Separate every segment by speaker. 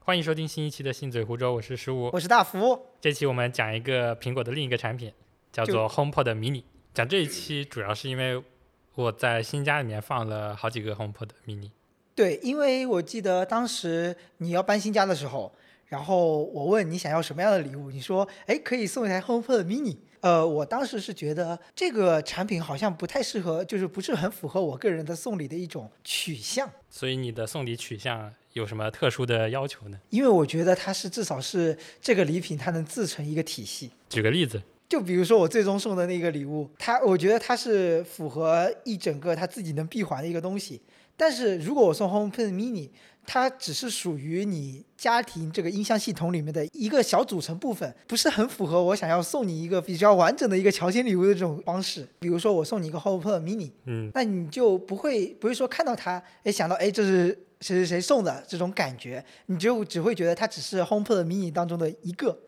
Speaker 1: 欢迎收听新一期的信嘴胡诌，我是十五。
Speaker 2: 我是大福，
Speaker 1: 这期我们讲一个苹果的另一个产品，叫做 HomePod Mini。讲这一期主要是因为我在新家里面放了好几个 HomePod Mini。
Speaker 2: 对，因为我记得当时你要搬新家的时候，然后我问你想要什么样的礼物，你说，哎，可以送一台 HomePod Mini。呃，我当时是觉得这个产品好像不太适合，就是不是很符合我个人的送礼的一种取向，
Speaker 1: 所以你的送礼取向有什么特殊的要求呢？
Speaker 2: 因为我觉得它是至少是这个礼品它能自成一个体系。
Speaker 1: 举个例子，
Speaker 2: 就比如说我最终送的那个礼物，它我觉得它是符合一整个它自己能闭环的一个东西。但是如果我送 HomePod Mini，它只是属于你家庭这个音箱系统里面的一个小组成部分，不是很符合我想要送你一个比较完整的一个乔迁礼物的这种方式。比如说我送你一个 HomePod Mini，
Speaker 1: 嗯，
Speaker 2: 那你就不会不会说看到它，哎，想到哎这是谁谁谁送的这种感觉，你就只会觉得它只是 HomePod Mini 当中的一个，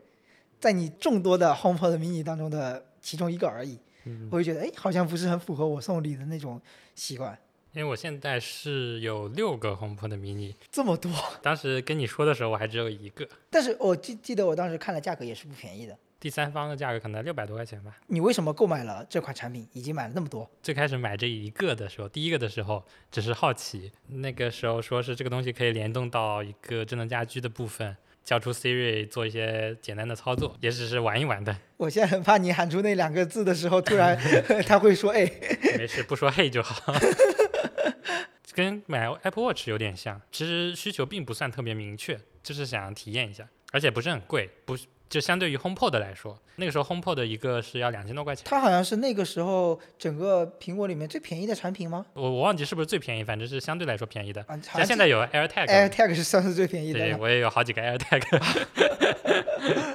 Speaker 2: 在你众多的 HomePod Mini 当中的其中一个而已。
Speaker 1: 嗯
Speaker 2: 我会觉得哎，好像不是很符合我送礼的那种习惯。
Speaker 1: 因为我现在是有六个 HomePod Mini，
Speaker 2: 这么多，
Speaker 1: 当时跟你说的时候我还只有一个，
Speaker 2: 但是我记记得我当时看了价格也是不便宜的。
Speaker 1: 第三方的价格可能六百多块钱吧。
Speaker 2: 你为什么购买了这款产品，以及买了那么多？
Speaker 1: 最开始买这一个的时候，第一个的时候只是好奇，那个时候说是这个东西可以联动到一个智能家居的部分，叫出 Siri 做一些简单的操作，也只是玩一玩的，
Speaker 2: 我现在很怕你喊出那两个字的时候，突然 他会说：“哎，
Speaker 1: 没事，不说 嘿就好。跟买 Apple Watch 有点像，其实需求并不算特别明确，就是想体验一下，而且不是很贵，不是就相对于 HomePod 来说，那个时候 HomePod 一个是要两千多块钱。
Speaker 2: 它好像是那个时候整个苹果里面最便宜的产品吗
Speaker 1: 我我忘记是不是最便宜，反正是相对来说便宜的。？”
Speaker 2: 啊，好
Speaker 1: 像
Speaker 2: 像
Speaker 1: 现在有 AirTag，
Speaker 2: AirTag 是算是最便宜的
Speaker 1: 对
Speaker 2: 了。
Speaker 1: 我也有好几个 AirTag，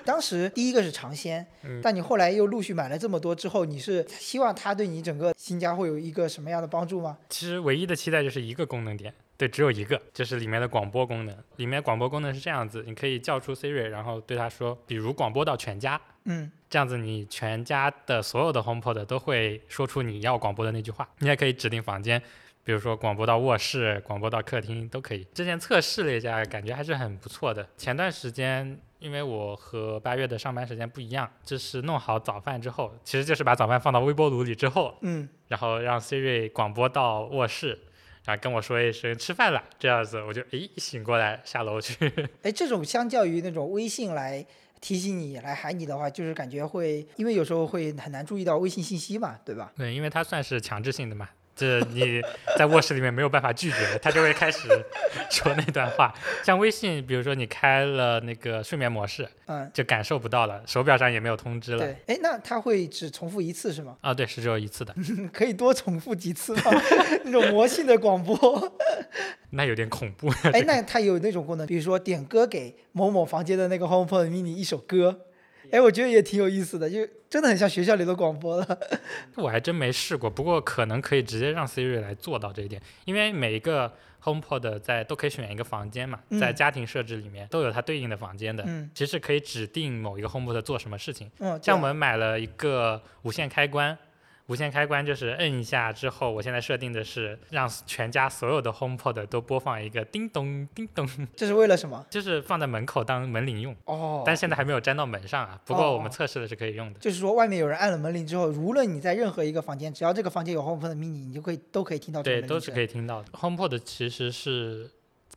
Speaker 2: 当时第一个是尝鲜，但你后来又陆续买了这么多之后，你是希望它对你整个新家会有一个什么样的帮助吗？
Speaker 1: 其实唯一的期待就是一个功能点，对，只有一个，就是里面的广播功能。里面广播功能是这样子，你可以叫出 Siri，然后对它说，比如广播到全家，
Speaker 2: 嗯，
Speaker 1: 这样子你全家的所有的 HomePod 都会说出你要广播的那句话。你也可以指定房间，比如说广播到卧室、广播到客厅都可以。之前测试了一下，感觉还是很不错的。前段时间。因为我和八月的上班时间不一样，就是弄好早饭之后，其实就是把早饭放到微波炉里之后，
Speaker 2: 嗯，
Speaker 1: 然后让 Siri 广播到卧室，然后跟我说一声吃饭了，这样子我就诶醒过来下楼去。
Speaker 2: 哎，这种相较于那种微信来提醒你、来喊你的话，就是感觉会，因为有时候会很难注意到微信信息嘛，对吧？
Speaker 1: 对，因为它算是强制性的 嘛，这你在卧室里面没有办法拒绝，它就会开始说那段 话。像微信，比如说你开了那个睡眠模式，
Speaker 2: 嗯，
Speaker 1: 就感受不到了，手表上也没有通知了。
Speaker 2: 对，哎，那它会只重复一次是吗？
Speaker 1: 啊，对，是只有一次的，
Speaker 2: 可以多重复几次吗？ 那种魔性的广播，
Speaker 1: 那有点恐怖。
Speaker 2: 哎，那它有那种功能，比如说点歌给某某房间的那个 HomePod mini 一首歌，哎，我觉得也挺有意思的，就真的很像学校里的广播了。
Speaker 1: 我还真没试过，不过可能可以直接让 Siri 来做到这一点，因为每一个 HomePod 在都可以选一个房间嘛，
Speaker 2: 嗯
Speaker 1: 在家庭设置里面都有它对应的房间的，
Speaker 2: 嗯
Speaker 1: 其实可以指定某一个 HomePod 做什么事情。
Speaker 2: 嗯，对
Speaker 1: 像我们买了一个无线开关，无线开关就是摁一下之后，我现在设定的是让全家所有的 HomePod 都播放一个叮咚叮咚，
Speaker 2: 这是为了什么？
Speaker 1: 就是放在门口当门铃用，
Speaker 2: 哦，
Speaker 1: 但现在还没有粘到门上啊。不过我
Speaker 2: 哦
Speaker 1: 们
Speaker 2: 哦
Speaker 1: 测试的是可以用的。
Speaker 2: 就是说外面有人按了门铃之后，无论你在任何一个房间，只要这个房间有 HomePod mini，你就可以都可以听到这个
Speaker 1: 对，
Speaker 2: 门铃
Speaker 1: 都是
Speaker 2: 声
Speaker 1: 可以听到的。HomePod 其实是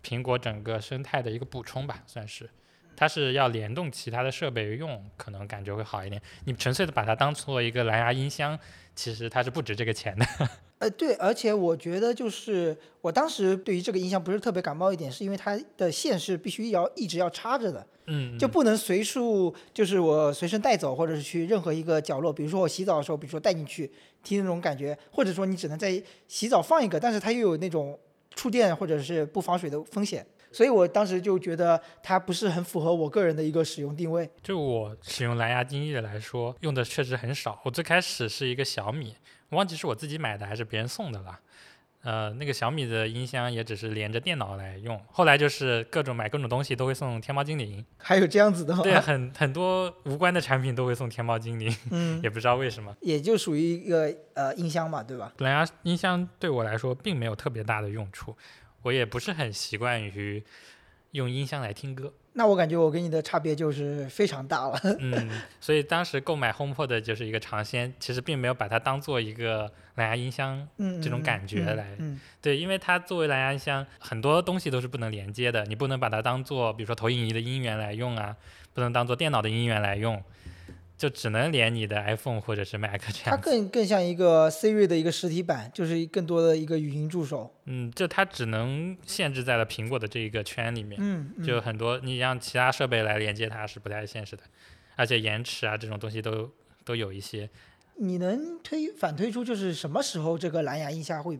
Speaker 1: 苹果整个生态的一个补充吧，算是。它是要联动其他的设备用，可能感觉会好一点。你纯粹的把它当做一个蓝牙音箱，其实它是不值这个钱的。
Speaker 2: 呃，对，而且我觉得就是我当时对于这个音箱不是特别感冒一点，是因为它的线是必须要一直要插着的，
Speaker 1: 嗯，
Speaker 2: 就不能随处就是我随身带走，或者是去任何一个角落，比如说我洗澡的时候，比如说带进去听那种感觉，或者说你只能在洗澡放一个，但是它又有那种触电或者是不防水的风险，所以我当时就觉得它不是很符合我个人的一个使用定位。
Speaker 1: 就我使用蓝牙音乐来说，用的确实很少。我最开始是一个小米，我忘记是我自己买的还是别人送的了。呃，那个小米的音箱也只是连着电脑来用。后来就是各种买各种东西都会送天猫精灵，
Speaker 2: 还有这样子 的吗？
Speaker 1: 对，啊很 很多无关的产品都会送天猫精灵，
Speaker 2: 嗯，
Speaker 1: 也不知道为什么。
Speaker 2: 也就属于一个呃音箱嘛，对吧？
Speaker 1: 蓝牙音箱对我来说并没有特别大的用处，我也不是很习惯于用音箱来听歌。
Speaker 2: 那我感觉我跟你的差别就是非常大了。
Speaker 1: 嗯， 所以当时购买 HomePod 的就是一个尝鲜，其实并没有把它当做一个蓝牙音箱。
Speaker 2: 嗯，
Speaker 1: 这种
Speaker 2: 嗯
Speaker 1: 感觉来
Speaker 2: 嗯，
Speaker 1: 对，因为它作为蓝牙音箱，很多东西都是不能连接的，你不能把它当做比如说投影仪的音源来用啊，不能当做电脑的音源来用，就只能连你的 iPhone 或者是 Mac 这
Speaker 2: 它
Speaker 1: 样。
Speaker 2: 更更像一个 Siri 的一个实体版，就是更多的一个语音助手。
Speaker 1: 嗯，就它只能限制在了苹果的这一个圈里面。
Speaker 2: 嗯，嗯
Speaker 1: 就很多你让其他设备来连接它是不太现实的，而且延迟啊这种东西都都有一些。
Speaker 2: 你能推反推出就是什么时候这个蓝牙音箱会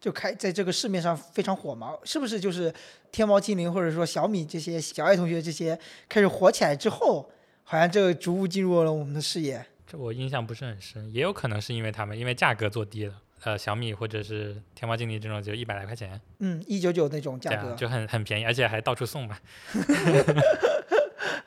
Speaker 2: 就开在这个市面上非常火吗？是不是就是天猫精灵或者说小米这些小爱同学这些开始火起来之后，好像这个逐步进入了我们的视野？
Speaker 1: 这我印象不是很深，也有可能是因为他们因为价格做低了，呃，小米或者是天猫精灵这种就一百来块钱，
Speaker 2: 嗯，一九九那种
Speaker 1: 这
Speaker 2: 价格
Speaker 1: 样。就很很便宜，而且还到处送嘛。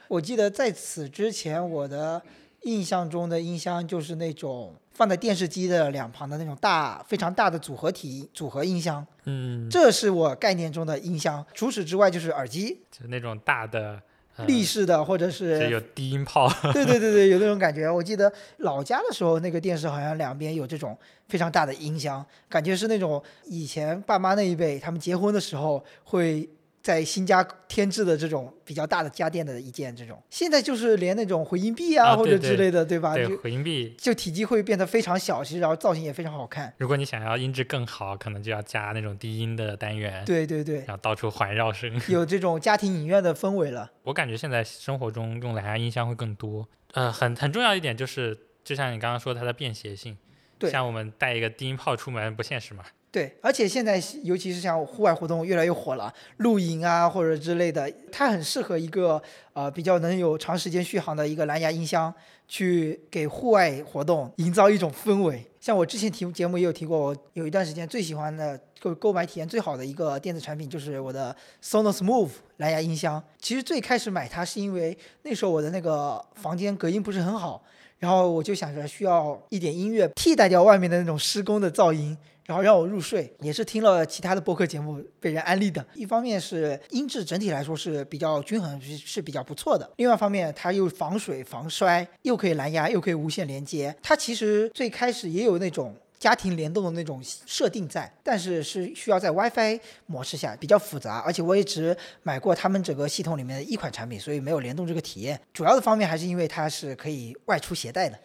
Speaker 2: 我记得在此之前，我的印象中的音箱就是那种放在电视机的两旁的那种大非常大的组合体组合音箱，
Speaker 1: 嗯，
Speaker 2: 这是我概念中的音箱。除此之外就是耳机，
Speaker 1: 就那种大的，呃、
Speaker 2: 立式的或者
Speaker 1: 就是有低音炮，
Speaker 2: 对对对对，有那种感觉。我记得老家的时候，那个电视好像两边有这种非常大的音箱，感觉是那种以前爸妈那一辈他们结婚的时候会在新家添置的这种比较大的家电的一件这种。现在就是连那种回音壁啊
Speaker 1: 嗯啊
Speaker 2: 或
Speaker 1: 对
Speaker 2: 者之
Speaker 1: 对
Speaker 2: 类的，对吧？
Speaker 1: 对，
Speaker 2: 就
Speaker 1: 回音壁。
Speaker 2: 就体积会变得非常小，其实然后造型也非常好看。
Speaker 1: 如果你想要音质更好，可能就要加那种低音的单元，
Speaker 2: 对对对，
Speaker 1: 然后到处环绕声。
Speaker 2: 有这种家庭影院的氛围了。
Speaker 1: 我感觉现在生活中用蓝牙音箱会更多。呃，很很重要一点就是，就像你刚刚说它的便携性，
Speaker 2: 对
Speaker 1: 像我们带一个低音炮出门不现实嘛。
Speaker 2: 对，而且现在尤其是像户外活动越来越火了，露营啊或者之类的，它很适合一个呃比较能有长时间续航的一个蓝牙音箱，去给户外活动营造一种氛围。像我之前提节目也有提过，我有一段时间最喜欢的购购买体验最好的一个电子产品就是我的 Sonos Move 蓝牙音箱。其实最开始买它是因为那时候我的那个房间隔音不是很好，然后我就想着需要一点音乐替代掉外面的那种施工的噪音，然后让我入睡。也是听了其他的播客节目被人安利的。一方面是音质整体来说是比较均衡，是是比较不错的；另外一方面，它又防水、防摔，又可以蓝牙，又可以无线连接。它其实最开始也有那种。家庭联动的那种设定在，但是是需要在 WiFi 模式下比较复杂，而且我也只买过他们整个系统里面的一款产品，所以没有联动这个体验。主要的方面还是因为它是可以外出携带的，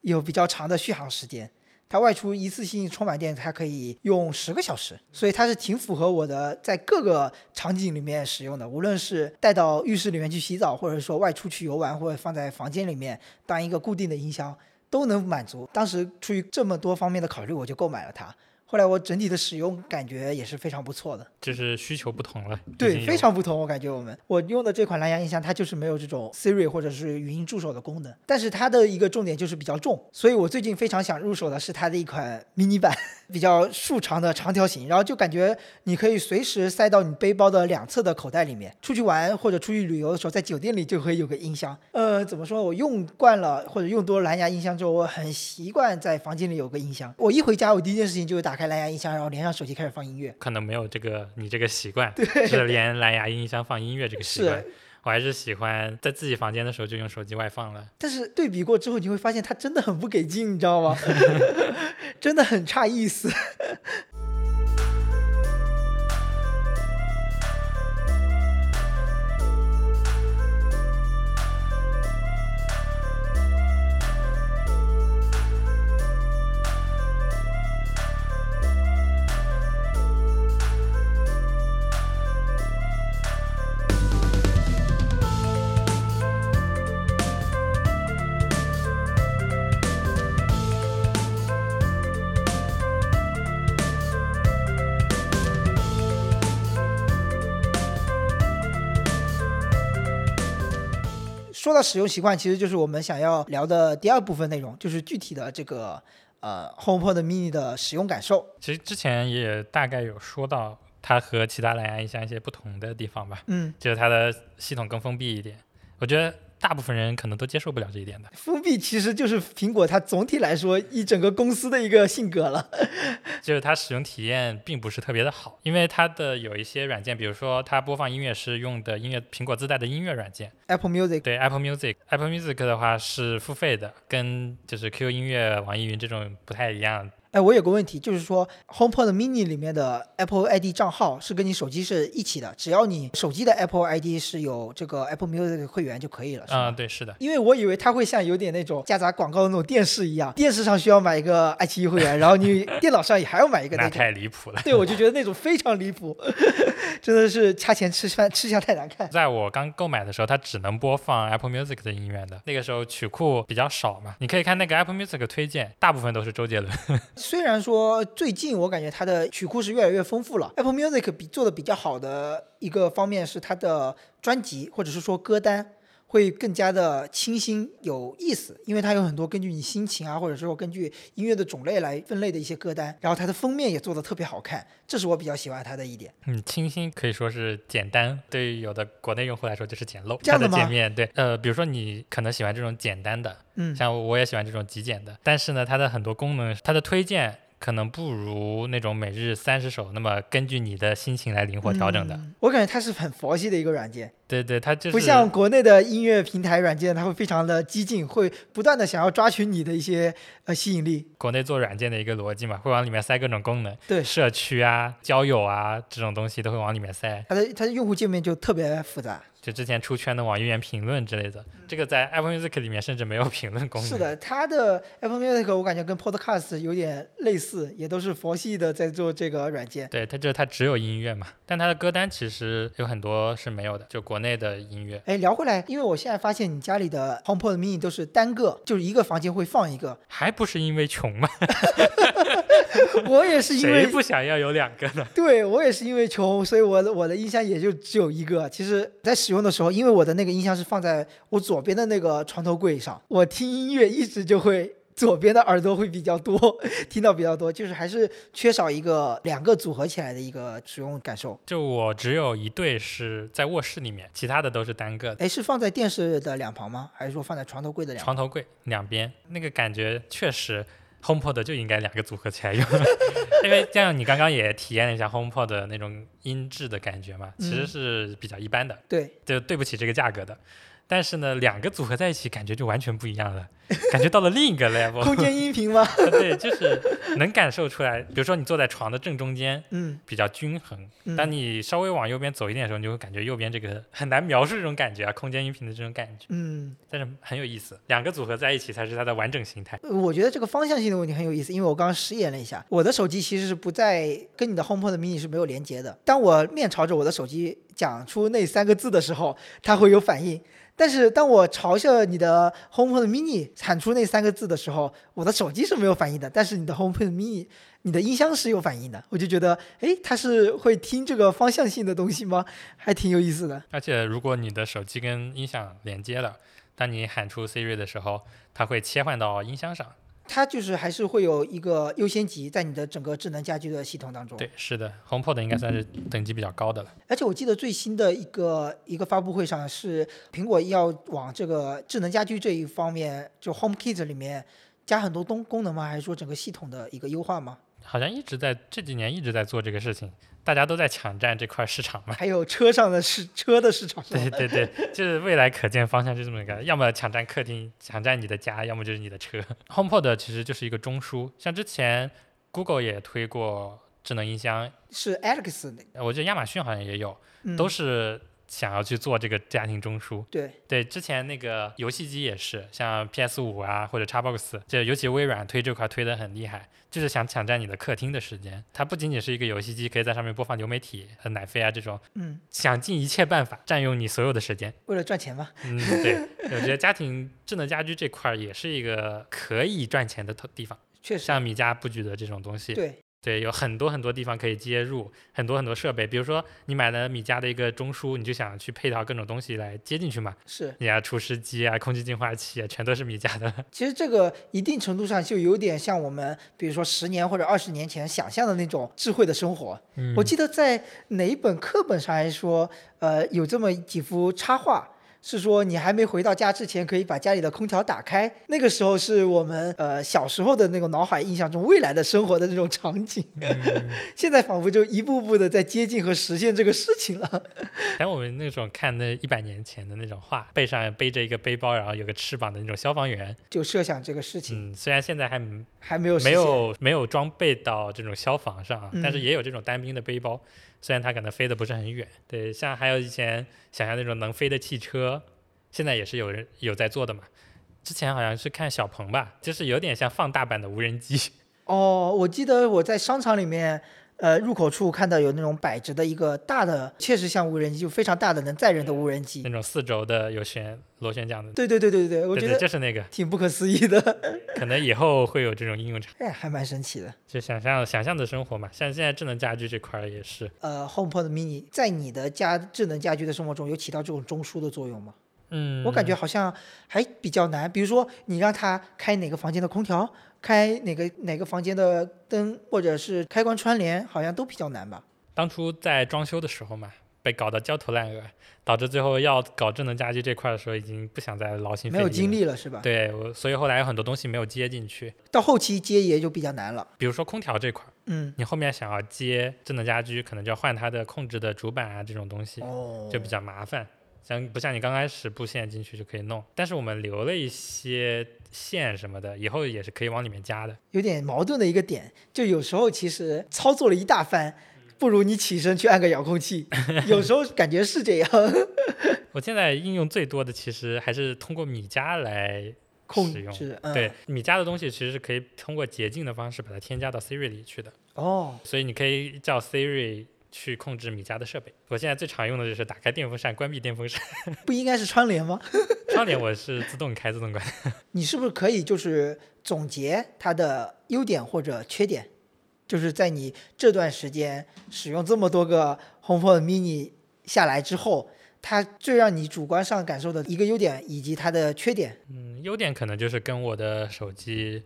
Speaker 2: 有比较长的续航时间。它外出一次性充满电，它可以用十个小时，所以它是挺符合我的在各个场景里面使用的，无论是带到浴室里面去洗澡，或者说外出去游玩，或者放在房间里面当一个固定的音箱，都能满足。当时出于这么多方面的考虑，我就购买了它。后来我整体的使用感觉也是非常不错的。
Speaker 1: 就是需求不同了。已经
Speaker 2: 对，
Speaker 1: 有
Speaker 2: 非常不同。我感觉我们我用的这款蓝牙音箱，它就是没有这种 Siri 或者是语音助手的功能，但是它的一个重点就是比较重，所以我最近非常想入手的是它的一款 mini 版， 比较竖长的长条形，然后就感觉你可以随时塞到你背包的两侧的口袋里面。出去玩或者出去旅游的时候，在酒店里就可以有个音箱。呃，怎么说？我用惯了或者用多了蓝牙音箱之后，我很习惯在房间里有个音箱。我一回家，我第一件事情就是打开蓝牙音箱，然后连上手机开始放音乐。
Speaker 1: 可能没有这个你这个习惯，就是连蓝牙音箱放音乐这个习
Speaker 2: 是
Speaker 1: 惯。我还是喜欢在自己房间的时候就用手机外放了。
Speaker 2: 但是对比过之后，你会发现它真的很不给劲，你知道吗？真的很差意思。说到使用习惯，其实就是我们想要聊的第二部分内容，就是具体的这个呃 HomePod Mini 的使用感受。
Speaker 1: 其实之前也大概有说到它和其他蓝牙音箱一些不同的地方吧，
Speaker 2: 嗯
Speaker 1: 就是它的系统更封闭一点。我觉得大部分人可能都接受不了这一点的。
Speaker 2: 封闭其实就是苹果它总体来说一整个公司的一个性格了。
Speaker 1: 就是它使用体验并不是特别的好，因为它的有一些软件，比如说它播放音乐是用的音乐苹果自带的音乐软件，
Speaker 2: Apple Music
Speaker 1: 对 Apple Music，Apple Music 的话是付费的，跟就是 QQ 音乐、网易云这种不太一样。
Speaker 2: 哎，我有个问题，就是说 HomePod Mini 里面的 Apple ID 账号是跟你手机是一起的，只要你手机的 Apple ID 是有这个 Apple Music 会员就可以了，是吗？
Speaker 1: 嗯，对，是的，
Speaker 2: 因为我以为它会像有点那种夹杂广告的那种电视一样，电视上需要买一个爱奇艺会员，然后你电脑上也还要买一个
Speaker 1: 那
Speaker 2: 那种。
Speaker 1: 太离谱了。
Speaker 2: 对，我就觉得那种非常离谱， 真的是掐钱吃饭吃相太难看。
Speaker 1: 在我刚购买的时候，它只能播放 Apple Music 的音乐的。那个时候曲库比较少嘛，你可以看那个 Apple Music 推荐，大部分都是周杰伦。
Speaker 2: 虽然说最近我感觉它的曲库是越来越丰富了，Apple Music 比做的比较好的一个方面是它的专辑或者是说歌单会更加的清新有意思，因为它有很多根据你心情啊，或者说根据音乐的种类来分类的一些歌单，然后它的封面也做的特别好看，这是我比较喜欢它的一点。
Speaker 1: 嗯，清新可以说是简单，对于有的国内用户来说就是简陋。
Speaker 2: 这样
Speaker 1: 它
Speaker 2: 的
Speaker 1: 的
Speaker 2: 吗
Speaker 1: 界面对，呃，比如说你可能喜欢这种简单的，
Speaker 2: 嗯，
Speaker 1: 像我也喜欢这种极简的，但是呢，它的很多功能，它的推荐可能不如那种每日三十首那么根据你的心情来灵活调整的。
Speaker 2: 嗯我感觉它是很佛系的一个软件，
Speaker 1: 对对，它就是
Speaker 2: 不像国内的音乐平台软件，它会非常的激进，会不断的想要抓取你的一些呃吸引力。
Speaker 1: 国内做软件的一个逻辑嘛，会往里面塞各种功能，
Speaker 2: 对
Speaker 1: 社区啊、交友啊这种东西都会往里面塞。
Speaker 2: 它的它的用户界面就特别复杂。
Speaker 1: 就之前出圈的网易云评论之类的，这个在 Apple Music 里面甚至没有评论功能。
Speaker 2: 嗯是的，它的 Apple Music 我感觉跟 Podcast 有点类似，也都是佛系的在做这个软件。
Speaker 1: 对，它就是它只有音乐嘛，但它的歌单其实有很多是没有的，就国内的音乐。
Speaker 2: 哎，聊回来，因为我现在发现你家里的 HomePod Mini 都是单个，就是一个房间会放一个。
Speaker 1: 还不是因为穷 嘛，
Speaker 2: 我也是因
Speaker 1: 谁
Speaker 2: 为，
Speaker 1: 不想要有两个呢？
Speaker 2: 对我也是因为穷，所以我的我的音箱也就只有一个。其实，在使用的时候，因为我的那个音箱是放在我左边的那个床头柜上，我听音乐一直就会。左边的耳朵会比较多， 听到比较多，就是还是缺少一个两个组合起来的一个使用感受。
Speaker 1: 就我只有一对是在卧室里面，其他的都是单个的。
Speaker 2: 哎，是放在电视的两旁吗？还是说放在床头柜的两旁？
Speaker 1: 床头柜两边那个感觉确实，HomePod 就应该两个组合起来用， 因为这样你刚刚也体验了一下 HomePod 的那种音质的感觉嘛，其实
Speaker 2: 嗯
Speaker 1: 是比较一般的，
Speaker 2: 对，
Speaker 1: 就对不起这个价格的。但是呢，两个组合在一起，感觉就完全不一样了，感觉到了另一个 level。
Speaker 2: 空间音频 吗？
Speaker 1: 呃对，就是能感受出来。比如说你坐在床的正中间，
Speaker 2: 嗯，
Speaker 1: 比较均衡。
Speaker 2: 嗯
Speaker 1: 当你稍微往右边走一点的时候，你就会感觉右边这个很难描述这种感觉啊，空间音频的这种感觉，
Speaker 2: 嗯，
Speaker 1: 但是很有意思。两个组合在一起才是它的完整形态。
Speaker 2: 呃我觉得这个方向性的问题很有意思，因为我刚刚实验了一下，我的手机其实是不在跟你的 HomePod Mini 是没有连接的。当我面朝着我的手机讲出那三个字的时候，它会有反应。但是当我朝向你的 HomePod Mini 喊出那三个字的时候，我的手机是没有反应的，但是你的 HomePod Mini，你的音箱是有反应的。我就觉得，哎，它是会听这个方向性的东西吗？还挺有意思的。
Speaker 1: 而且如果你的手机跟音响连接了，当你喊出 Siri 的时候，它会切换到音箱上。
Speaker 2: 它就是还是会有一个优先级在你的整个智能家居的系统当中。，
Speaker 1: 对，是的，HomePod 应该算是等级比较高的了。
Speaker 2: 而且我记得最新的一个一个发布会上是苹果要往这个智能家居这一方面，就 HomeKit 里面加很多东功能吗？还是说整个系统的一个优化吗？
Speaker 1: 好像一直在这几年一直在做这个事情，大家都在抢占这块市场嘛。
Speaker 2: 还有车上的市车的市场是吧
Speaker 1: 啊 对对对，就是未来可见方向是这么一个，要么抢占客厅，抢占你的家，要么就是你的车。HomePod 其实就是一个中枢，像之前 Google 也推过智能音箱，
Speaker 2: 是 Alex 的，
Speaker 1: 我记得亚马逊好像也有，
Speaker 2: 嗯，
Speaker 1: 都
Speaker 2: 是
Speaker 1: 是想要去做这个家庭中枢。
Speaker 2: 对，
Speaker 1: 对，之前那个游戏机也是，像 PS 五啊或者 Xbox，就尤其微软推这块推得很厉害，就是想抢占你的客厅的时间。它不仅仅是一个游戏机，可以在上面播放流媒体、和奶飞啊这种，
Speaker 2: 嗯，
Speaker 1: 想尽一切办法占用你所有的时间。
Speaker 2: 为了赚钱嘛，
Speaker 1: 嗯，对，我觉得家庭智能家居这块儿也是一个可以赚钱的头地方，
Speaker 2: 确实
Speaker 1: 像米家布局的这种东西，
Speaker 2: 对，
Speaker 1: 对，有很多很多地方可以接入，很多很多设备，比如说你买了米家的一个中枢，你就想去配套各种东西来接进去嘛，
Speaker 2: 是。
Speaker 1: 你啊除湿机啊、空气净化器啊，全都是米家的，
Speaker 2: 其实这个一定程度上就有点像我们，比如说十年或者二十年前想象的那种智慧的生活。
Speaker 1: 嗯
Speaker 2: 我记得在哪一本课本上还说，呃，有这么几幅插画，是说你还没回到家之前，可以把家里的空调打开。那个时候是我们呃小时候的那种脑海印象中未来的生活的这种场景，
Speaker 1: 嗯
Speaker 2: 现在仿佛就一步步的在接近和实现这个事情了。
Speaker 1: 哎，我们那种看那一百年前的那种画，背上背着一个背包，然后有个翅膀的那种消防员，
Speaker 2: 就设想这个事情
Speaker 1: 嗯，虽然现在还没
Speaker 2: 还没有实
Speaker 1: 没
Speaker 2: 现
Speaker 1: 有没有装备到这种消防上啊，但是
Speaker 2: 嗯
Speaker 1: 也有这种单兵的背包，虽然它可能飞得不是很远。对，像还有以前想象那种能飞的汽车，现在也是有人有在做的嘛。之前好像是看小鹏吧，就是有点像放大版的无人机。
Speaker 2: 哦，我记得我在商场里面，呃，入口处看到有那种摆着的一个大的，确实像无人机，就非常大的能载人的无人机
Speaker 1: 那。种四轴的有旋螺旋桨的，
Speaker 2: 对对对对对，嗯我
Speaker 1: 对
Speaker 2: 觉
Speaker 1: 对，
Speaker 2: 得
Speaker 1: 就是那个，
Speaker 2: 挺不可思议的，
Speaker 1: 可能以后会有这种应用场，
Speaker 2: 哎，还蛮神奇的。
Speaker 1: 就想象想象的生活嘛。像现在智能家居这块儿也是，
Speaker 2: 呃，HomePod Mini 在你的家智能家居的生活中有起到这种中枢的作用吗？
Speaker 1: 嗯，
Speaker 2: 我感觉好像还比较难。比如说，你让它开哪个房间的空调，开哪个哪个房间的灯，或者是开关窗帘，好像都比较难吧？
Speaker 1: 当初在装修的时候嘛，被搞得焦头烂额，导致最后要搞智能家居这块的时候，已经不想再劳心费
Speaker 2: 没有精
Speaker 1: 力
Speaker 2: 力了是吧
Speaker 1: 了。？对我，所以后来有很多东西没有接进去，
Speaker 2: 到后期接也就比较难了。
Speaker 1: 比如说空调这块儿，
Speaker 2: 嗯，
Speaker 1: 你后面想要接智能家居，可能就要换它的控制的主板啊这种东西，
Speaker 2: 哦，
Speaker 1: 就比较麻烦。像不像你刚开始布线进去就可以弄？但是我们留了一些线什么的，以后也是可以往里面加的。
Speaker 2: 有点矛盾的一个点，就有时候其实操作了一大番，不如你起身去按个遥 控器，有时候感觉是这样，
Speaker 1: 我现在应用最多的其实还是通过米家来
Speaker 2: 控
Speaker 1: 使用
Speaker 2: 制，嗯、
Speaker 1: 对，，米家的东西其实是可以通过捷径的方式把它添加到 Siri 里去的，
Speaker 2: 哦，
Speaker 1: 所以你可以叫 Siri 去控制米家的设备。我现在最常用的就是打开电风扇、关闭电风扇，
Speaker 2: 不应该是窗帘吗？
Speaker 1: 窗帘我是自动开自动关。
Speaker 2: 你是不是可以就是总结它的优点或者缺点？就是在你这段时间使用这么多个 HomePod Mini 下来之后，它最让你主观上感受的一个优点以及它的缺点。
Speaker 1: 嗯，优点可能就是跟我的手机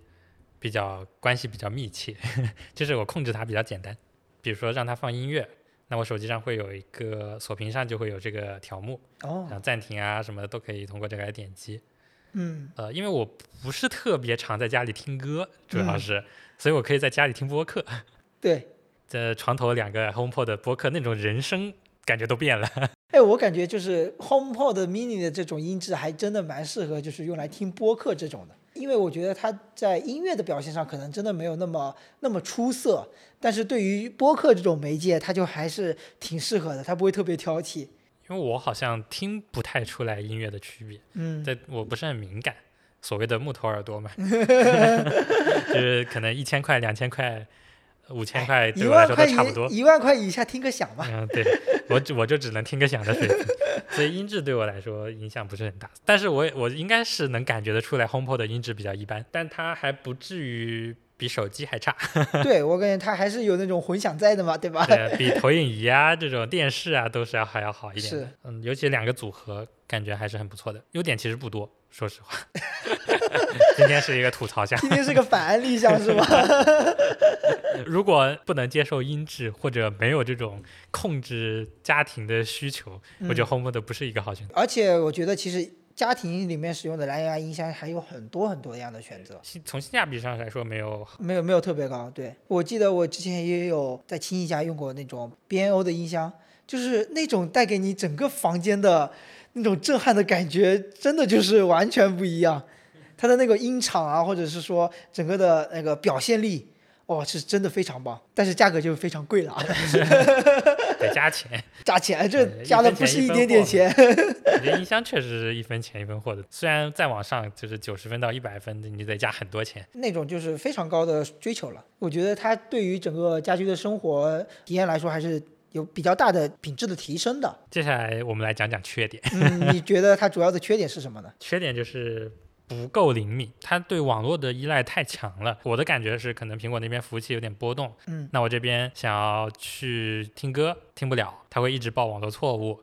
Speaker 1: 比较关系比较密切， 就是我控制它比较简单。比如说让它放音乐，那我手机上会有一个锁屏上就会有这个条目，
Speaker 2: 哦
Speaker 1: 然，后暂停啊什么的都可以通过这个来点击。
Speaker 2: 嗯，
Speaker 1: 呃，因为我不是特别常在家里听歌，主要
Speaker 2: 嗯
Speaker 1: 是，所以我可以在家里听播客，
Speaker 2: 对，
Speaker 1: 在床头两个 HomePod 的播客，那种人声感觉都变了。
Speaker 2: 哎，我感觉就是 HomePod Mini 的这种音质还真的蛮适合，就是用来听播客这种的，因为我觉得它在音乐的表现上可能真的没有那么那么出色，但是对于播客这种媒介，它就还是挺适合的，它不会特别挑剔。
Speaker 1: 因为我好像听不太出来音乐的区别，
Speaker 2: 嗯，
Speaker 1: 在我不是很敏感，所谓的木头耳 朵嘛，就是可能一千块、两千块、五千块
Speaker 2: 哎一
Speaker 1: 对我来
Speaker 2: 万
Speaker 1: 说都
Speaker 2: 块
Speaker 1: 差不多
Speaker 2: 以。一万块以下听个响 吧。
Speaker 1: 嗯，对我只我就只能听个响的水平，所以音质对我来说影响不是很大。但是我也我应该是能感觉得出来，HomePod 的音质比较一般，但它还不至于比手机还差，
Speaker 2: 对我感觉它还是有那种混响在的嘛，对吧？
Speaker 1: 对，比投影仪啊这种电视啊都是要还要好一点的
Speaker 2: 是。
Speaker 1: 嗯，尤其两个组合，感觉还是很不错的。优点其实不多，说实话。今天是一个吐槽项，
Speaker 2: 今天是个反案立项是吧？
Speaker 1: 如果不能接受音质或者没有这种控制家庭的需求，我觉得 HomePod 不是一个好选择。
Speaker 2: 而且我觉得其实家庭里面使用的蓝牙音箱还有很多很多样的选择。
Speaker 1: 性从性价比上来说没有
Speaker 2: 没有没有特别高，对我记得我之前也有在亲戚家用过那种 BNO 的音箱，就是那种带给你整个房间的那种震撼的感觉，真的就是完全不一样。它的那个音场啊，或者是说整个的那个表现力，哦，是真的非常棒，但是价格就非常 贵了啊，
Speaker 1: 得加钱。
Speaker 2: 加钱这
Speaker 1: 对一
Speaker 2: 加的
Speaker 1: 分
Speaker 2: 不
Speaker 1: 钱
Speaker 2: 是
Speaker 1: 一
Speaker 2: 一
Speaker 1: 分
Speaker 2: 点点
Speaker 1: 货
Speaker 2: 钱，
Speaker 1: 我觉得音箱确实是一分钱一分货的，虽然再往上就是九十分到一百分，你得加很多钱。
Speaker 2: 那种就是非常高的追求了。我觉得它对于整个家居的生活体验来说，还是有比较大的品质的提升的。
Speaker 1: 接下来我们来讲讲缺点，
Speaker 2: 嗯，你觉得它主要的缺点是什么呢？
Speaker 1: 缺点就是。不够灵敏，它对网络的依赖太强了。我的感觉是，可能苹果那边服务器有点波动，
Speaker 2: 嗯，
Speaker 1: 那我这边想要去听歌听不了，它会一直报网络错误，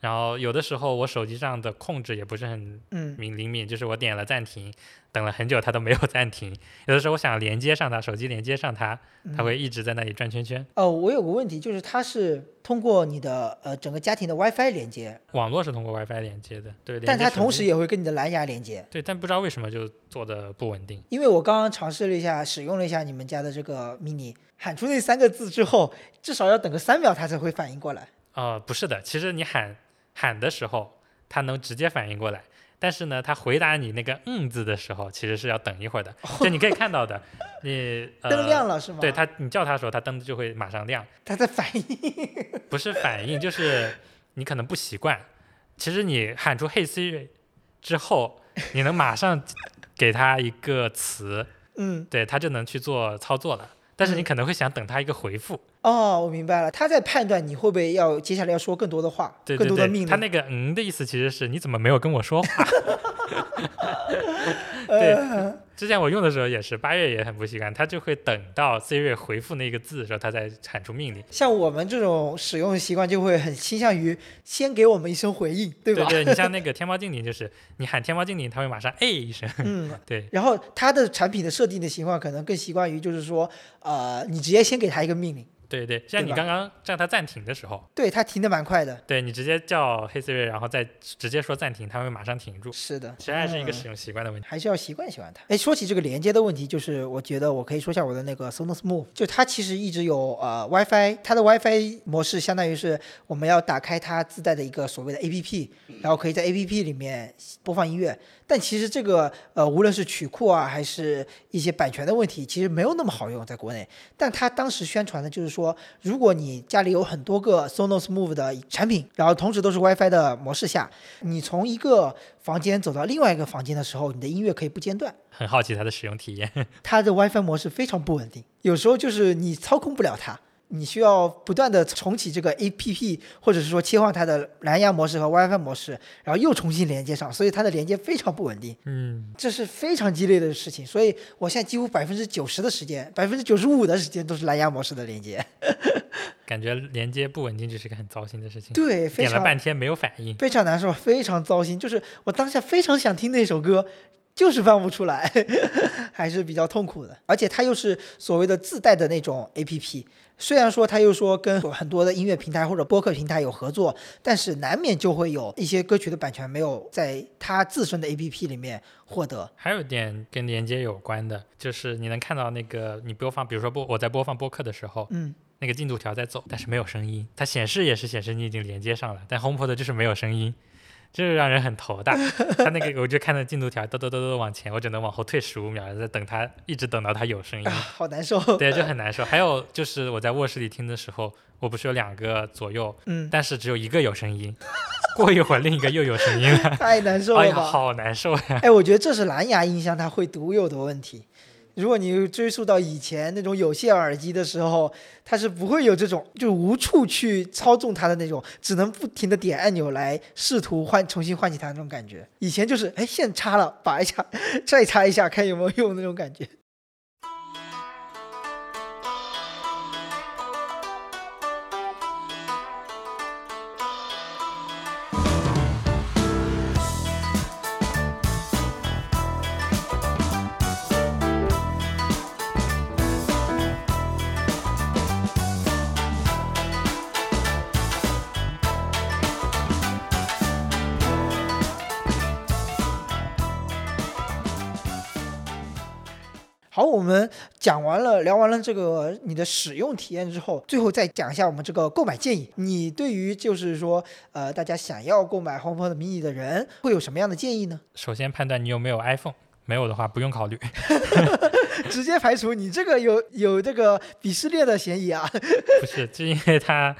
Speaker 1: 然后有的时候我手机上的控制也不是很
Speaker 2: 嗯
Speaker 1: 明灵敏，就是我点了暂停，等了很久它都没有暂停。 有的时候我想连接上它，手机连接上它，
Speaker 2: 嗯
Speaker 1: 它会一直在那里转圈圈。
Speaker 2: 哦，我有个问题，就是它是通过你的呃整个家庭的 WiFi 连接，
Speaker 1: 网络是通过 WiFi 连接的，对，连
Speaker 2: 但
Speaker 1: 接
Speaker 2: 它
Speaker 1: 手
Speaker 2: 同
Speaker 1: 机
Speaker 2: 时也会跟你的蓝牙连接。
Speaker 1: 对，但不知道为什么就做的不稳定。
Speaker 2: 因为我刚刚尝试了一下，使用了一下你们家的这个 mini，喊出那三个字之后，至少要等个三秒，它才会反应过来。
Speaker 1: 呃，不是的，其实你喊喊的时候，它能直接反应过来。但是呢，它回答你那个“嗯”字的时候，其实是要等一会儿的。就你可以看到的，你、呃、
Speaker 2: 灯亮了是吗？
Speaker 1: 对，它，你叫它的时候，它灯就会马上亮。
Speaker 2: 它在反应。
Speaker 1: 不是反应，就是你可能不习惯。其实你喊出 “Hey Siri” 之后，你能马上给它一个词，
Speaker 2: 嗯，
Speaker 1: 对，它就能去做操作了。但是你
Speaker 2: 嗯
Speaker 1: 可能会想等它一个回复，
Speaker 2: 哦，我明白了，它在判断你会不会要接下来要说更多的话，
Speaker 1: 对
Speaker 2: 更
Speaker 1: 对
Speaker 2: 多的命
Speaker 1: 对，
Speaker 2: 令。
Speaker 1: 它那个“嗯”的意思其实是你怎么没有跟我说话？ 对，
Speaker 2: 呃
Speaker 1: 之前我用的时候也是，八月也很不习惯，它就会等到 Siri 回复那个字的时候，它再喊出命令。
Speaker 2: 像我们这种使用习惯，就会很倾向于先给我们一声回应，对吧？
Speaker 1: 对，你像那个天猫精灵，就是你喊天猫精灵，它会马上哎一声。
Speaker 2: 嗯。
Speaker 1: 对
Speaker 2: 然后它的产品的设定的情况，可能更习惯于就是说，呃，你直接先给它一个命令，
Speaker 1: 对对，像你
Speaker 2: 对吧
Speaker 1: 刚刚叫它暂停的时候，
Speaker 2: 对它停的蛮快的。
Speaker 1: 对你直接叫黑 Siri，然后再直接说暂停，它会马上停住。
Speaker 2: 是的，
Speaker 1: 其实还是一个
Speaker 2: 嗯
Speaker 1: 使用习惯的问题。
Speaker 2: 还是要习惯习惯它。哎，说起这个连接的问题，就是我觉得我可以说一下我的那个 Sonos Move，就它其实一直有呃 WiFi，它的 WiFi 模式相当于是我们要打开它自带的一个所谓的 APP，然后可以在 APP 里面播放音乐。但其实这个呃，无论是曲库啊，还是一些版权的问题，其实没有那么好用，在国内。但它当时宣传的就是说，如果你家里有很多个 Sonos Move 的产品，然后同时都是 WiFi 的模式下，你从一个房间走到另外一个房间的时候，你的音乐可以不间断。
Speaker 1: 很好奇它的使用体验。
Speaker 2: 它的 WiFi 模式非常不稳定，有时候就是你操控不了它，你需要不断的重启这个 APP，或者是说切换它的蓝牙模式和 WiFi 模式，然后又重新连接上，所以它的连接非常不稳定，
Speaker 1: 嗯，
Speaker 2: 这是非常激烈的事情。所以我现在几乎百分之九十的时间，百分之九十五的时间都是蓝牙模式的连接，
Speaker 1: 感觉连接不稳定就是个很糟心的事情。
Speaker 2: 对，非
Speaker 1: 点了
Speaker 2: 常
Speaker 1: 半天没有反应。
Speaker 2: 非常难受，非常糟心。就是我当下非常想听那首歌，就是放不出来， 还是比较痛苦的。而且它又是所谓的自带的那种 APP，虽然说它又说跟很多的音乐平台或者播客平台有合作，但是难免就会有一些歌曲的版权没有在它自身的 APP 里面获得。
Speaker 1: 还有一点跟连接有关的，就是你能看到那个你播放，比如说播我在播放播客的时候，
Speaker 2: 嗯，
Speaker 1: 那个进度条在走，但是没有声音，它显示也是显示你已经连接上了，但 HomePod 就是没有声音，这就让人很头大。它那个我就看到进度条嘚嘚嘚嘚往前，我只能往后退十五秒，再等它一直等到它有声音
Speaker 2: 啊，，好难受。
Speaker 1: 对，就很难受。还有就是我在卧室里听的时候，我不是有两个左右，
Speaker 2: 嗯，
Speaker 1: 但是只有一个有声音， 过一会儿另一个又有声音 了，
Speaker 2: 太难受
Speaker 1: 哎
Speaker 2: 了
Speaker 1: 呀，
Speaker 2: 吧。
Speaker 1: 好难受呀。
Speaker 2: 哎，我觉得这是蓝牙音箱它会独有的问题。如果你追溯到以前那种有线耳机的时候，它是不会有这种就无处去操纵它的那种，只能不停的点按钮来试图唤重新唤起它那种感觉。以前就是哎线插了拔一下，再插一下看有没有用那种感觉。好，我们讲完了，聊完了这个你的使用体验之后，最后再讲一下我们这个购买建议。你对于就是说，呃，大家想要购买 HomePod mini 的人，会有什么样的建议呢？
Speaker 1: 首先判断你有没有 iPhone，没有的话不用考虑。
Speaker 2: 直接排除你这个有有这个鄙视链的嫌疑啊！
Speaker 1: 不是，就因为它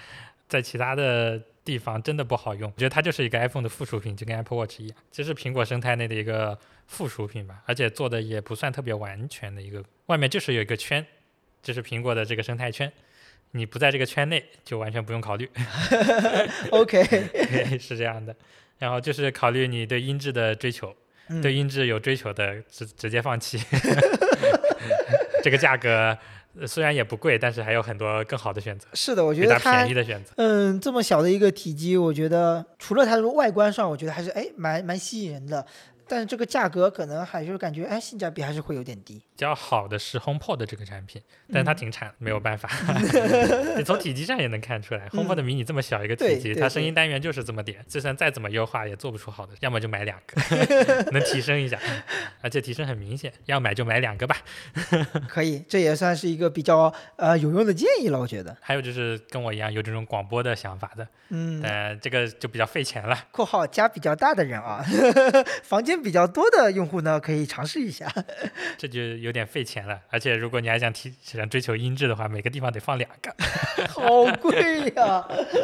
Speaker 1: 在其他的地方真的不好用，我觉得它就是一个 iPhone 的附属品，就跟 Apple Watch 一样，这是苹果生态内的一个附属品吧，而且做的也不算特别完全的一个，外面就是有一个圈，这是苹果的这个生态圈。你不在这个圈内，就完全不用考 虑，
Speaker 2: OK，
Speaker 1: 是这样的。然后就是考虑你对音质的追求，
Speaker 2: 嗯
Speaker 1: 对音质有追求的，直直接放弃。这个价格，呃虽然也不贵，但是还有很多更好的选择，
Speaker 2: 是的，我觉
Speaker 1: 比
Speaker 2: 得
Speaker 1: 它
Speaker 2: 它
Speaker 1: 便宜的选择。
Speaker 2: 嗯，这么小的一个体积，我觉得除了它的外观上，我觉得还是哎蛮蛮吸引人的，但是这个价格可能还是感觉哎性价比还是会有点 低。
Speaker 1: 比较好的是 HomePod 这个产品，但是它
Speaker 2: 嗯
Speaker 1: 停产，没有办 法。你从体积上也能看出来、h o m e p o d mini 这么小一个
Speaker 2: 对
Speaker 1: 体积，
Speaker 2: 嗯对
Speaker 1: 它声
Speaker 2: 对
Speaker 1: 音单元就是这么点，就算再怎么优化也做不出好的，要么就买两个， 能提升一下，嗯而且提升很明显，要买就买两个吧。
Speaker 2: 可以，这也算是一个比较呃有用的建议了，我觉得。
Speaker 1: 还有就是跟我一样有这种广播的想法的，
Speaker 2: 嗯，
Speaker 1: 但这个就比较费钱了。
Speaker 2: 括号家比较大的人啊， 房间比较多的用户呢，可以尝试一下。
Speaker 1: 这就有点费钱了，而且如果你还想提想追求音质的话，每个地方得放两个。
Speaker 2: 好贵呀、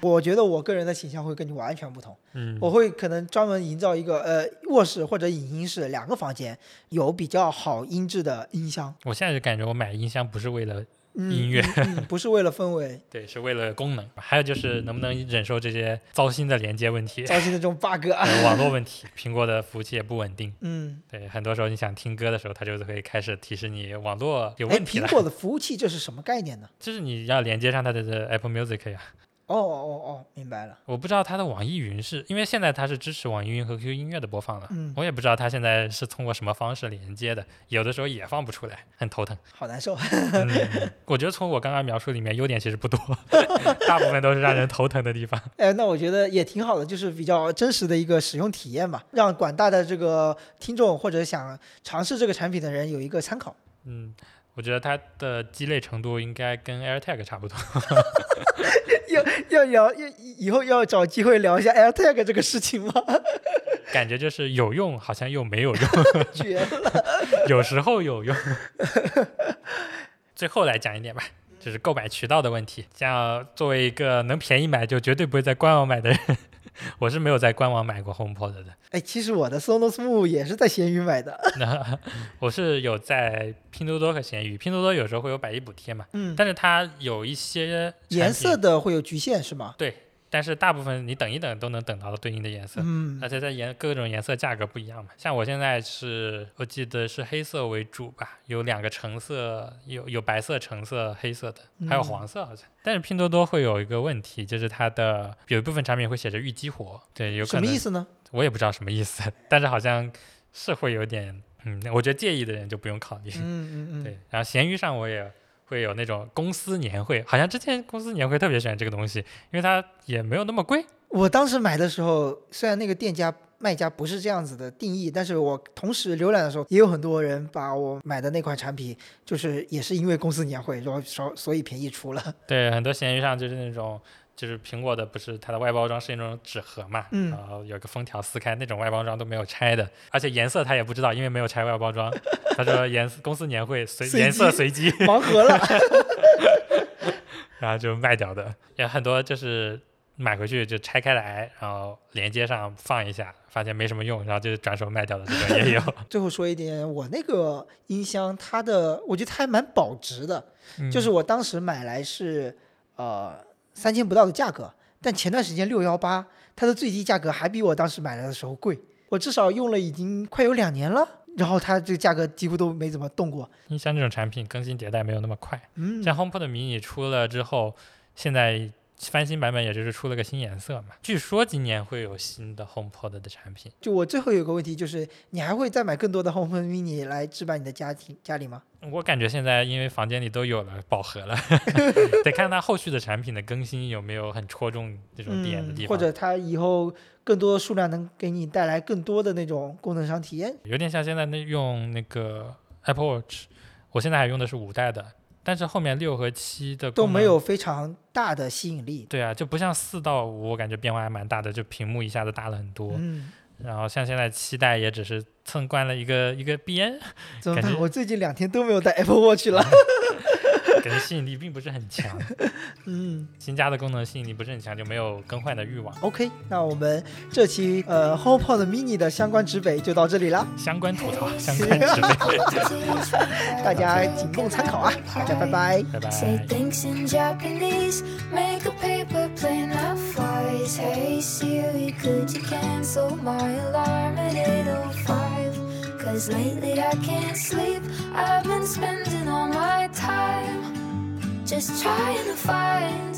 Speaker 2: 我觉得我个人的形象会跟你完全不同，
Speaker 1: 嗯，
Speaker 2: 我会可能专门营造一个呃卧室或者影音室两个房间，有比较好音质的 音箱，
Speaker 1: 我现在就感觉我买音箱不是为了
Speaker 2: 嗯、
Speaker 1: 音乐
Speaker 2: 嗯嗯不是为了氛 围。
Speaker 1: 对，是为了功能。还有就是能不能忍受这些糟心的连接问题、
Speaker 2: 糟心的这 种 bug 啊，
Speaker 1: 呃网络问题？苹果的服务器也不稳定。
Speaker 2: 嗯，
Speaker 1: 对，很多时候你想听歌的时候，它就会开始提示你网络有
Speaker 2: 哎，
Speaker 1: 问题
Speaker 2: 苹
Speaker 1: 了。
Speaker 2: 果的服务器这是什么概念呢？
Speaker 1: 就是你要连接上它的 Apple Music 呀。
Speaker 2: 哦哦哦，明白了，
Speaker 1: 我不知道它的网易云是因为现在它是支持网易云和 QQ 音乐的播放了，
Speaker 2: 嗯
Speaker 1: 我也不知道它现在是通过什么方式连接的，有的时候也放不出来，很头疼。
Speaker 2: 好难受。
Speaker 1: 嗯 我觉得从我刚刚描述里面，优点其实不多， 大部分都是让人头疼的地方。
Speaker 2: 哎，那我觉得也挺好的，就是比较真实的一个使用体验吧，让广大的这个听众或者想尝试这个产品的人有一个参考。
Speaker 1: 嗯，我觉得它的鸡肋程度应该跟 AirTag 差不多。
Speaker 2: 要要聊，要以后要找机会聊一下 AirTag 这个事情吗？
Speaker 1: 感觉就是有用，好像又没有用，
Speaker 2: 绝了！
Speaker 1: 有时候有用。 最后来讲一点吧，就是购买渠道的问题。像作为一个能便宜买就绝对不会在官网买的人， 我是没有在官网买过 HomePod 的。
Speaker 2: 哎，其实我的 Sonos Move 也是在闲鱼买的。
Speaker 1: 我是有在拼多多和闲鱼，拼多多有时候会有百亿补贴嘛，
Speaker 2: 嗯，
Speaker 1: 但是它有一些产品
Speaker 2: 颜色，的会有局限是吗？
Speaker 1: 但是大部分你等一等都能等到对应的颜哎色。
Speaker 2: 嗯
Speaker 1: 而且它颜各种颜色价格不一样嘛，像我现在是我记得是黑色为主吧，有两个橙色，有有白色、橙色、黑色的，还有
Speaker 2: 嗯
Speaker 1: 黄色好像。但是拼多多会有一个问题，就是它的有一部分产品会写着预激活，对，有
Speaker 2: 什
Speaker 1: 可
Speaker 2: 么
Speaker 1: 能
Speaker 2: 意思呢？
Speaker 1: 我也不知道什么意思，但是好像是会有点，嗯，我觉得介意的人就不用考虑。
Speaker 2: 嗯嗯嗯，
Speaker 1: 对，然后闲鱼上我也会有那种公司年会，好像之前公司年会特别喜欢这个东西，因为它也没有那么贵，
Speaker 2: 我当时买的时候，虽然那个店家。卖家不是这样子的定义，但是我同时浏览的时候，也有很多人把我买的那款产品，就是也是因为公司年会，然后所所以便宜出了。
Speaker 1: 对，很多闲鱼上就是那种，就是苹果的不是它的外包装是那种纸盒嘛，
Speaker 2: 嗯
Speaker 1: 然后有个封条撕开，那种外包装都没有拆的，而且颜色他也不知道，因为没有拆外包装。他说颜色公司年会随
Speaker 2: 随
Speaker 1: 颜色
Speaker 2: 机
Speaker 1: 随机，
Speaker 2: 盲盒了。
Speaker 1: 然后就卖掉的，也很多就是。买回去就拆开来，然后连接上放一下，发现没什么用，然后就转手卖掉的这种也有。
Speaker 2: 最后说一点，我那个音箱它的，我觉得它还蛮保值的，
Speaker 1: 嗯
Speaker 2: 就是我当时买来是呃三千不到的价格，但前段时间六幺八它的最低价格还比我当时买来的时候贵，我至少用了已经快有两年了，然后它这个价格几乎都没怎么动过。
Speaker 1: 音箱这种产品更新迭代没有那么快，
Speaker 2: 嗯，
Speaker 1: 像 HomePod mini 出了之后，现在翻新版本也就是出了个新颜色嘛。据说今年会有新的 HomePod 的产品，
Speaker 2: 就我最后有个问题就是，你还会再买更多的 HomePod mini 来置办你的家庭家里吗？
Speaker 1: 我感觉现在因为房间里都有了，饱和了， 得看它后续的产品的更新有没有很戳中这种点的
Speaker 2: 嗯
Speaker 1: 地，
Speaker 2: 或
Speaker 1: 方。
Speaker 2: 者它以后更多的数量能给你带来更多的那种功能上体验。
Speaker 1: 有点像现在那用那个 Apple Watch，我现在还用的是五代的，但是后面六和七的
Speaker 2: 都
Speaker 1: 功能
Speaker 2: 没。有非常大的吸引力。
Speaker 1: 对啊，就不像四到五，我感觉变化还蛮大的，就屏幕一下子大了很多。
Speaker 2: 嗯，
Speaker 1: 然后像现在七代也只是蹭惯了一个一个边，
Speaker 2: 怎么
Speaker 1: 感
Speaker 2: 办？
Speaker 1: 觉
Speaker 2: 我最近两天都没有带 Apple Watch 了。
Speaker 1: 感觉吸引力并不是很强。
Speaker 2: 嗯
Speaker 1: 新加的功能吸引力不是很强，就没有更换的欲望。
Speaker 2: ，OK，那我们这期呃 HomePod Mini 的相关指北就到这里了，
Speaker 1: 相关吐槽，相关指备，
Speaker 2: 大家仅供参考啊，大家拜拜。
Speaker 1: 拜拜
Speaker 3: Say。thanks in Japanese. Make a paper plane that flies. Hey Siri, could you cancel my alarm at 8:05? Cause Cause lately I can't sleep. I've been spending all my time just trying to find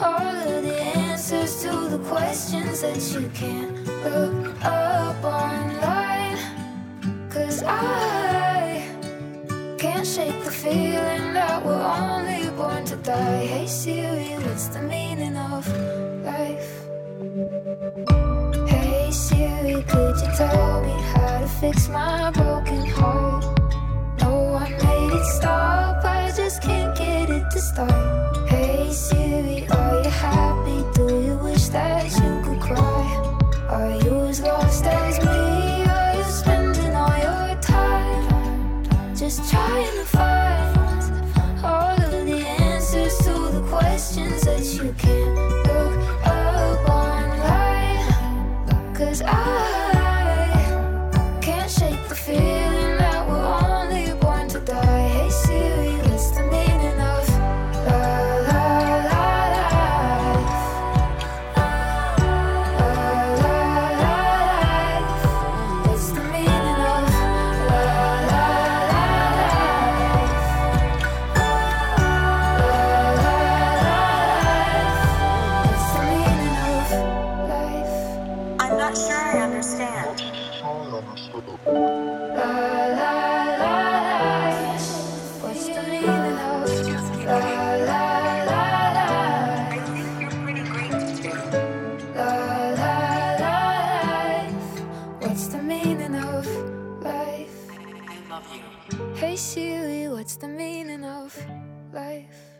Speaker 3: all of the answers to the questions that you can't look up online. Cause I can't shake the feeling that we're only born to die. Hey Siri, what's the meaning of life? Hey Siri, could you tell me how to fix my broken heart? No, I made it stop, I just can't get it to stop. Hey Siri, are you happy? Do you wish that you could cry? Are you as lost as me? Are you spending all your time just trying to find all of the answers to the questions that you can't look up online? Cause I can't shake the feeling that we're only born to die. Hey Siri, what's the meaning of la la la life? La la la life. What's the meaning of la la la life? La la la life. What's the meaning of life?
Speaker 4: I'm not sure I understand.
Speaker 3: La la la la. What's the meaning of la la la la?
Speaker 4: I think you're pretty great today.
Speaker 3: La la la life. What's the meaning of life?
Speaker 4: I love you.
Speaker 3: Hey Siri, what's the meaning of life?